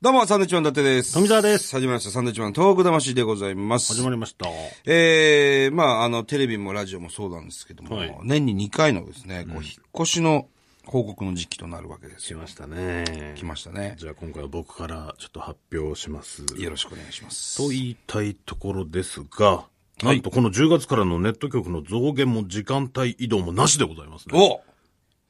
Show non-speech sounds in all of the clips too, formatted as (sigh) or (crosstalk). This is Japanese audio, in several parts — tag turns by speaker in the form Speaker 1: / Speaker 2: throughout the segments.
Speaker 1: どうも、サンドウィッチマン伊達です。
Speaker 2: 富澤です。
Speaker 1: 始まりました。サンドウィッチマン東北魂でございます。
Speaker 2: 始まりました。
Speaker 1: えー、まあ、あの、テレビもラジオもそうなんですけども、
Speaker 2: はい
Speaker 1: 年に2回のですね、こう、引っ越しの報告の時期となるわけです
Speaker 2: し
Speaker 1: よ。
Speaker 2: ましたね。
Speaker 1: 来ましたね。
Speaker 2: じゃあ今回は僕からちょっと発表します。
Speaker 1: よろしくお願いします。
Speaker 2: と言いたいところですが、なんとこの10月からのネット局の増減も時間帯移動もなしでございますね。
Speaker 1: お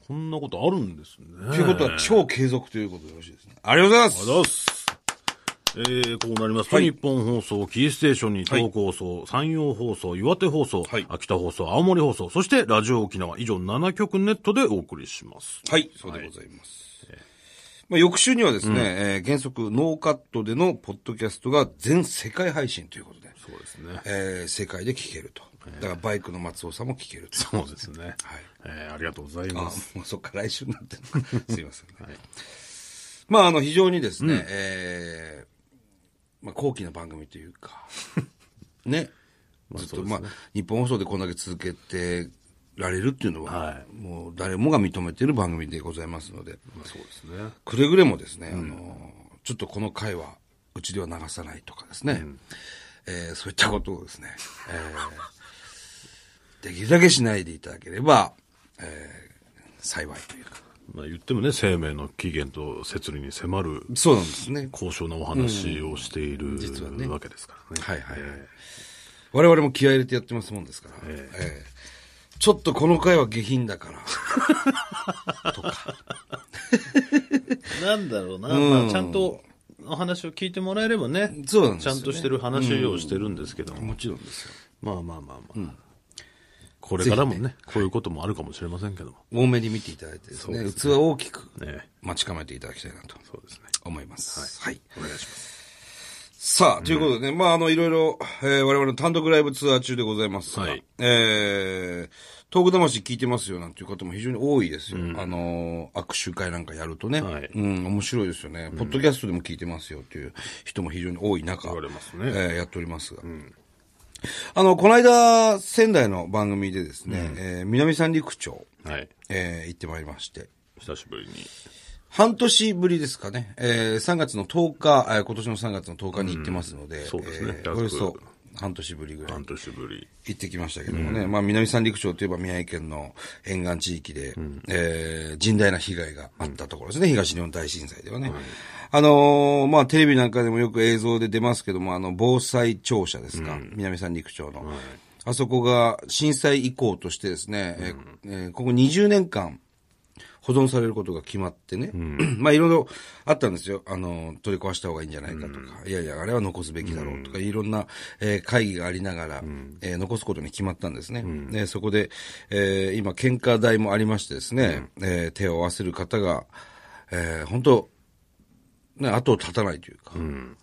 Speaker 2: こんなことあるんですね。
Speaker 1: ということは、超継続ということでよろしいですね。ありがとうございま
Speaker 2: ありがとうご
Speaker 1: す
Speaker 2: ざいます。えー、こうなりますと、
Speaker 1: はい
Speaker 2: 日本放送、キーステーションに東北放送、山陽放送、岩手放送、
Speaker 1: はい
Speaker 2: 秋田放送、青森放送、そしてラジオ沖縄、以上7局ネットでお送りします。
Speaker 1: はい、そうでございます。まあ、翌週にはですね、えー原則ノーカットでのポッドキャストが全世界配信ということで、
Speaker 2: そうですね。
Speaker 1: えー、世界で聞けると。だからバイクの松尾さんも聞けると。
Speaker 2: そうですね。
Speaker 1: はい。
Speaker 2: えー、ありがとうござい
Speaker 1: あ
Speaker 2: ます。
Speaker 1: もうそっか、来週になってる (laughs) のかすいません、まあ、あの、非常にですね、えーまあ、高貴な番組という (laughs) か、ね、ずっと、まあ、日本放送でこんだけ続けてられるっていうのは、
Speaker 2: は
Speaker 1: もう誰もが認めている番組でございますので、
Speaker 2: まあ、そうですね。
Speaker 1: くれぐれもですね、あの、ちょっとこの回は、うちでは流さないとかですね、えーそういったことをですね、えーできるだけしないでいただければ、えー幸いというか。
Speaker 2: まあ、言ってもね、生命の起源と摂理に迫る
Speaker 1: そうなんですね。
Speaker 2: 高尚なお話をしている、
Speaker 1: 実はね
Speaker 2: わけですからね。
Speaker 1: はいはいはい
Speaker 2: え
Speaker 1: 我々も気合い入れてやってますもんですから。
Speaker 2: ええ
Speaker 1: ええちょっとこの回は下品だから。
Speaker 2: ーなんだろうな、まあ、ちゃんとお話を聞いてもらえればね、
Speaker 1: そうなんです
Speaker 2: ち
Speaker 1: よ
Speaker 2: ゃ
Speaker 1: ね
Speaker 2: んとしてる話をしてるんですけども、
Speaker 1: もちろんですよ。
Speaker 2: まあまあまあまあ、これからもねこういうこともあるかもしれませんけども。
Speaker 1: 多めに見ていただいてですね、器を大きく
Speaker 2: ね
Speaker 1: 待ち構えていただきたいなと
Speaker 2: そうですね。
Speaker 1: 思います。はい。
Speaker 2: お願いします。
Speaker 1: さあ、ということでね、まあ、あの、いろいろ、えー我々の単独ライブツアー中でございますが、
Speaker 2: はい
Speaker 1: えー、トーク魂聞いてますよなんていう方も非常に多いですよ。あのー、握手会なんかやるとね、
Speaker 2: はい
Speaker 1: うん、面白いですよね、ポッドキャストでも聞いてますよっていう人も非常に多い中、
Speaker 2: 言われます
Speaker 1: え
Speaker 2: ね
Speaker 1: ーやっておりますが。あの、この間、仙台の番組でですね、えー南三陸町、
Speaker 2: はい。
Speaker 1: えー行ってまいりまして、
Speaker 2: 久しぶりに。
Speaker 1: 半年ぶりですかね。えー、3月の10日、えー今年の3月の10日に行ってますので、
Speaker 2: そうですね
Speaker 1: えー
Speaker 2: 約
Speaker 1: およそ半年ぶりぐらい
Speaker 2: 半年ぶり。
Speaker 1: 行ってきましたけどもね、まあ南三陸町といえば宮城県の沿岸地域で、えー、甚大な被害があったところですね、東日本大震災ではね。あのーまあテレビなんかでもよく映像で出ますけども、あの、防災庁舎ですか、南三陸町の。あそこが震災以降としてですね、えーえーここ20年間、保存されることが決まってね。 (clears throat) まあいろいろあったんですよ。あの、取り壊した方がいいんじゃないかとか、いやいや、あれは残すべきだろうとか、いろんな、えー会議がありながら、えー残すことに決まったんですね。でそこで、えー今、献花台もありましてですね、えー手を合わせる方が、えー本当ね、後を絶たないというか、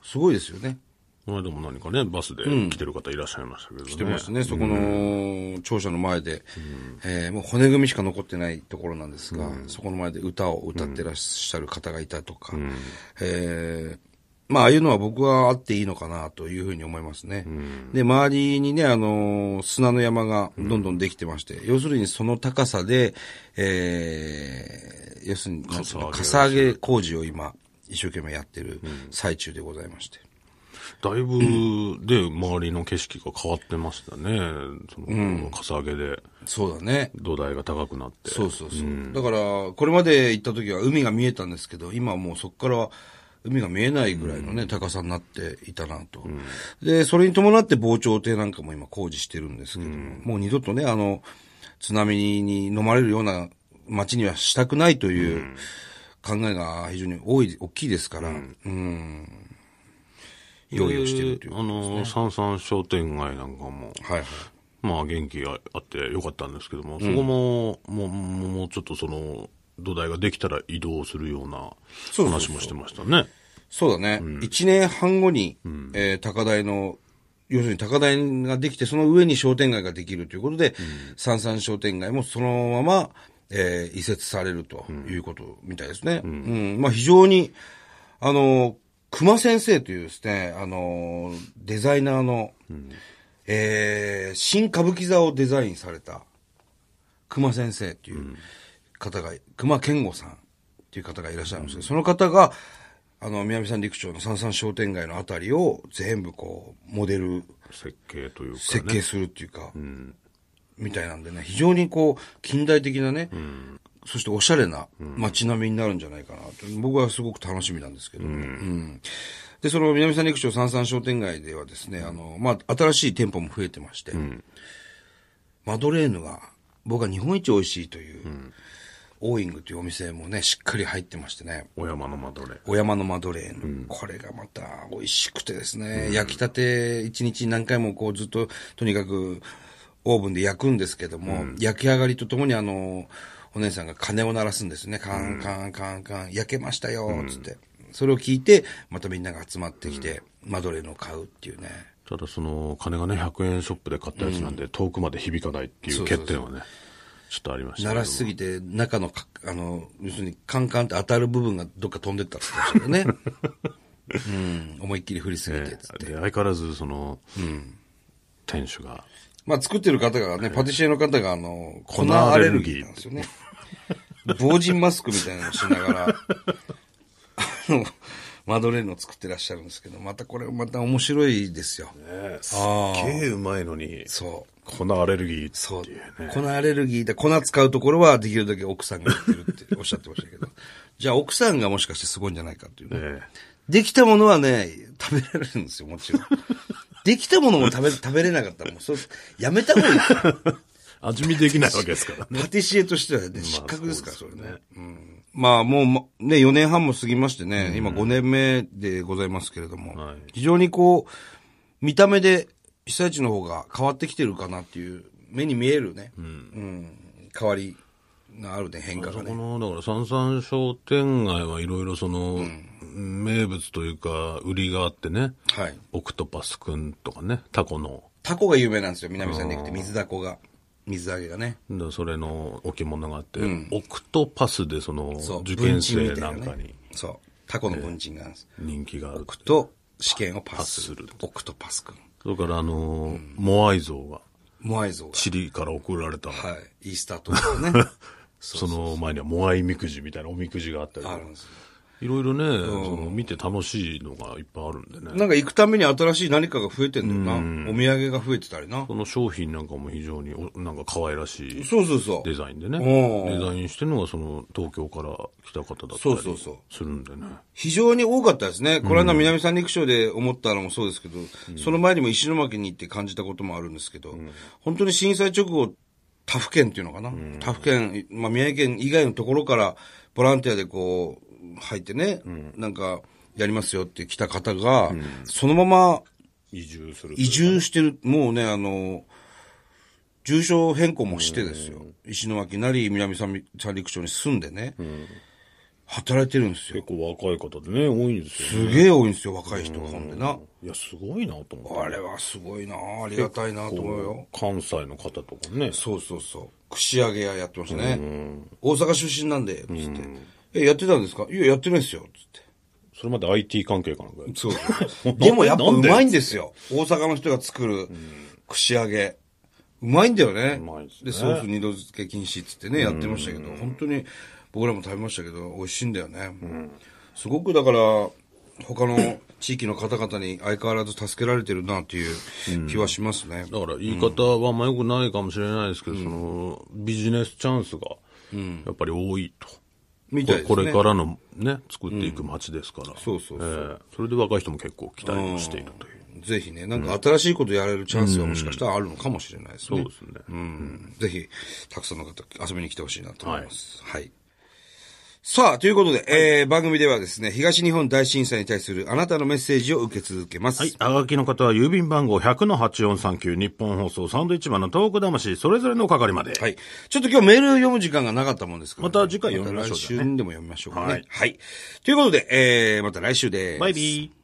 Speaker 1: すごいですよね。
Speaker 2: この間も何かね、バスで来てる方いらっしゃいましたけどね。来
Speaker 1: ってましたね、そこの庁舎の前で、えーもう骨組みしか残ってないところなんですが、そこの前で歌を歌ってらっしゃる方がいたとか、えーまあ、ああいうのは僕はあっていいのかなというふうに思いますね。で、周りにね、あのー砂の山がどんどんできてまして、要するにその高さで、えー要するに、なんていうのかさ上げ工事を今、一生懸命やってる最中でございまして。
Speaker 2: だいぶ、で、周りの景色が変わってましたね。その、かさ上げで、
Speaker 1: そうだね。
Speaker 2: 土台が高くなって。
Speaker 1: そうそうそう。だから、これまで行った時は海が見えたんですけど、今はもうそこから海が見えないぐらいのね、高さになっていたなと。で、それに伴って防潮堤なんかも今工事してるんですけども、もう二度とね、あの、津波に飲まれるような街にはしたくないという考えが非常に多い、大きいですから、うん。用意をしてるという。
Speaker 2: で
Speaker 1: は
Speaker 2: あの、三三商店街なんかも、
Speaker 1: いはい。
Speaker 2: まあ元気があってよかったんですけども、そこも、もう、もうもうちょっとその、土台ができたら移動するような
Speaker 1: そうそうそう
Speaker 2: 話もしてましたね。
Speaker 1: そうだね。一、年半後に、えー高台の、要するに高台ができて、その上に商店街ができるということで、三々商店街もそのまま、えー移設されるということみたいですね。うん。まあ非常に、あの、熊先生というですね、あの、デザイナーの、えー新歌舞伎座をデザインされた、熊先生っていう方が、熊健吾さんっていう方がいらっしゃるんですけど、その方が、あの、南三陸町の三三商店街のあたりを全部こう、モデル、
Speaker 2: 設計というか、ね、
Speaker 1: 設計するっていうか、みたいなんでね、非常にこう、近代的なね、そしておしゃれな街並みになるんじゃないかなと、僕はすごく楽しみなんですけど、うんで、その南三陸町三三商店街ではですね、あの、まあ、新しい店舗も増えてまして、マドレーヌが、僕は日本一美味しいという、オーイングというお店もね、しっかり入ってましてね、
Speaker 2: お山の間どれ。
Speaker 1: お山のマドレーヌ、これがまた美味しくてですね、焼きたて一日何回もこうずっととにかくオーブンで焼くんですけども、焼き上がりとともにあの、お姉さんが鐘を鳴らすんですね。カンカンカンカン、焼けましたよ、つって。それを聞いて、またみんなが集まってきて、マドレーヌを買うっていうね。
Speaker 2: ただその、金がね、100円ショップで買ったやつなんで、遠くまで響かないっていう欠点はね、ちょっとありました
Speaker 1: 鳴
Speaker 2: けど
Speaker 1: らしすぎて、中のか、あの、要するにカンカンって当たる部分がどっか飛んでったって言 (laughs) ってましたけどね。うん、思いっきり振りすぎて、つって。
Speaker 2: で、相変わらず、その、店主が、
Speaker 1: まあ、作ってる方がね、パティシエの方が、あの、粉アレルギーなんですよね。防塵マスクみたいなのをしながら、あの、マドレーヌを作ってらっしゃるんですけど、またこれ、また面白いですよ。
Speaker 2: すっげえうまいのに、
Speaker 1: そう。
Speaker 2: 粉アレルギー
Speaker 1: そう
Speaker 2: っていうね。。
Speaker 1: 粉アレルギーで、粉使うところはできるだけ奥さんがやってるっておっしゃってましたけ
Speaker 2: (laughs)
Speaker 1: ど。じゃあ奥さんがもしかしてすごいんじゃないかっていうね。
Speaker 2: ええ
Speaker 1: できたものはね、食べられるんですよ、もちろん。できたものも食べ、食べれなかったらもう、それ、やめた方がいいですよ。
Speaker 2: 味見できないわけです (laughs) から
Speaker 1: (laughs)
Speaker 2: ね。
Speaker 1: パティシエとしてはね、失格ですから、それね。うんまあもうま、ね、4年半も過ぎましてね、今5年目でございますけれども、
Speaker 2: はい
Speaker 1: 非常にこう、見た目で被災地の方が変わってきてるかなっていう、目に見えるね、うん変わりがあるね、変化が
Speaker 2: そ
Speaker 1: ね
Speaker 2: こ。の、だから、三三商店街はいろいろその、名物というか、売りがあってね、
Speaker 1: はい。
Speaker 2: オクトパスくんとかね、タコの、
Speaker 1: タコが有名なんですよ、南さんに行くって、水ダコが、水揚げがね。
Speaker 2: でそれの置物があって、オクトパスでその、
Speaker 1: そう、
Speaker 2: 受験生
Speaker 1: 文
Speaker 2: な
Speaker 1: 鎮み
Speaker 2: ん
Speaker 1: たい
Speaker 2: かに
Speaker 1: そう、タコの文鎮があるんです。
Speaker 2: 人気があるって。
Speaker 1: と、試験をパスす
Speaker 2: パ
Speaker 1: る
Speaker 2: スする。
Speaker 1: オクトパス君。
Speaker 2: それから、あのー、モアイ像が、
Speaker 1: モアイ像が。
Speaker 2: チリから送られた、
Speaker 1: はい。イースター島とかね。
Speaker 2: その前にはモアイみくじみたいなおみくじがあったり
Speaker 1: (laughs)
Speaker 2: と
Speaker 1: あ
Speaker 2: か
Speaker 1: るんですよ
Speaker 2: いろいろね、その見て楽しいのがいっぱいあるんでね。
Speaker 1: なんか行くために新しい何かが増えてんだよな。お土産が増えてたりな
Speaker 2: そ。の商品なんかも非常にお、なんか可愛らしい
Speaker 1: そうそうそ
Speaker 2: デ
Speaker 1: う。
Speaker 2: ザインでね。
Speaker 1: おー
Speaker 2: デザインしてるのがその東京から来た方だった
Speaker 1: そう
Speaker 2: り
Speaker 1: そうそう
Speaker 2: するんでね。
Speaker 1: 非常に多かったですね。この間南三陸省で思ったのもそうですけど、その前にも石巻に行って感じたこともあるんですけど、本当に震災直後、他府県っていうのかな。他府県、まあ宮城県以外のところからボランティアでこう、入ってね、なんかやりますよって来た方が、そのまま
Speaker 2: 移住する。
Speaker 1: 移住してる、もうね、あの、住所変更もしてですよ。石巻なり南三陸町に住んでね、働いてるんですよ。
Speaker 2: 結構若い方でね、多いんですよ、
Speaker 1: す
Speaker 2: ね。
Speaker 1: げえ多いんですよ、若い人がほんでな。
Speaker 2: いや、すごいなと思って。
Speaker 1: あれはすごいなありがたいなと思うよ。
Speaker 2: 関西の方とかね。
Speaker 1: そうそうそう。串揚げ屋やってましたね。大阪出身なんで、つって。え、やってたんですかいや、やってないですよ、つって。
Speaker 2: それまで IT 関係かなんかやって (laughs)
Speaker 1: そうそう。でもやっぱうまいんですよ。大阪の人が作る串揚げ。うまいんだよね。
Speaker 2: うまいですね
Speaker 1: で、ソース二度漬け禁止っつってね、やってましたけど、本当に僕らも食べましたけど、美味しいんだよね。すごくだから、他の地域の方々に相変わらず助けられてるなっていう気はしますね。
Speaker 2: だから言い方はまあ良くないかもしれないですけど、そのビジネスチャンスがやっぱり多いと。
Speaker 1: みたいですね。
Speaker 2: これからのね、作っていく街ですから。
Speaker 1: そうそうそう
Speaker 2: ええそれで若い人も結構期待をしているという。
Speaker 1: ぜひね、なんか新しいことやれるチャンスはもしかしたらあるのかもしれないですね。
Speaker 2: そうですね。
Speaker 1: うんぜひ、たくさんの方、遊びに来てほしいなと思います。はい。さあ、ということで、えー、番組ではですね、東日本大震災に対するあなたのメッセージを受け続けます。
Speaker 2: はい。あがきの方は郵便番号100-8439日本放送サンドイッチマンのトーク魂それぞれの係まで。
Speaker 1: はい。ちょっと今日メールを読む時間がなかったもんですけど、
Speaker 2: また次回読みまし
Speaker 1: た
Speaker 2: ょう
Speaker 1: 来週にでも読みましょうかね。
Speaker 2: は
Speaker 1: はいい。ということで、えー、また来週です。
Speaker 2: バイビー。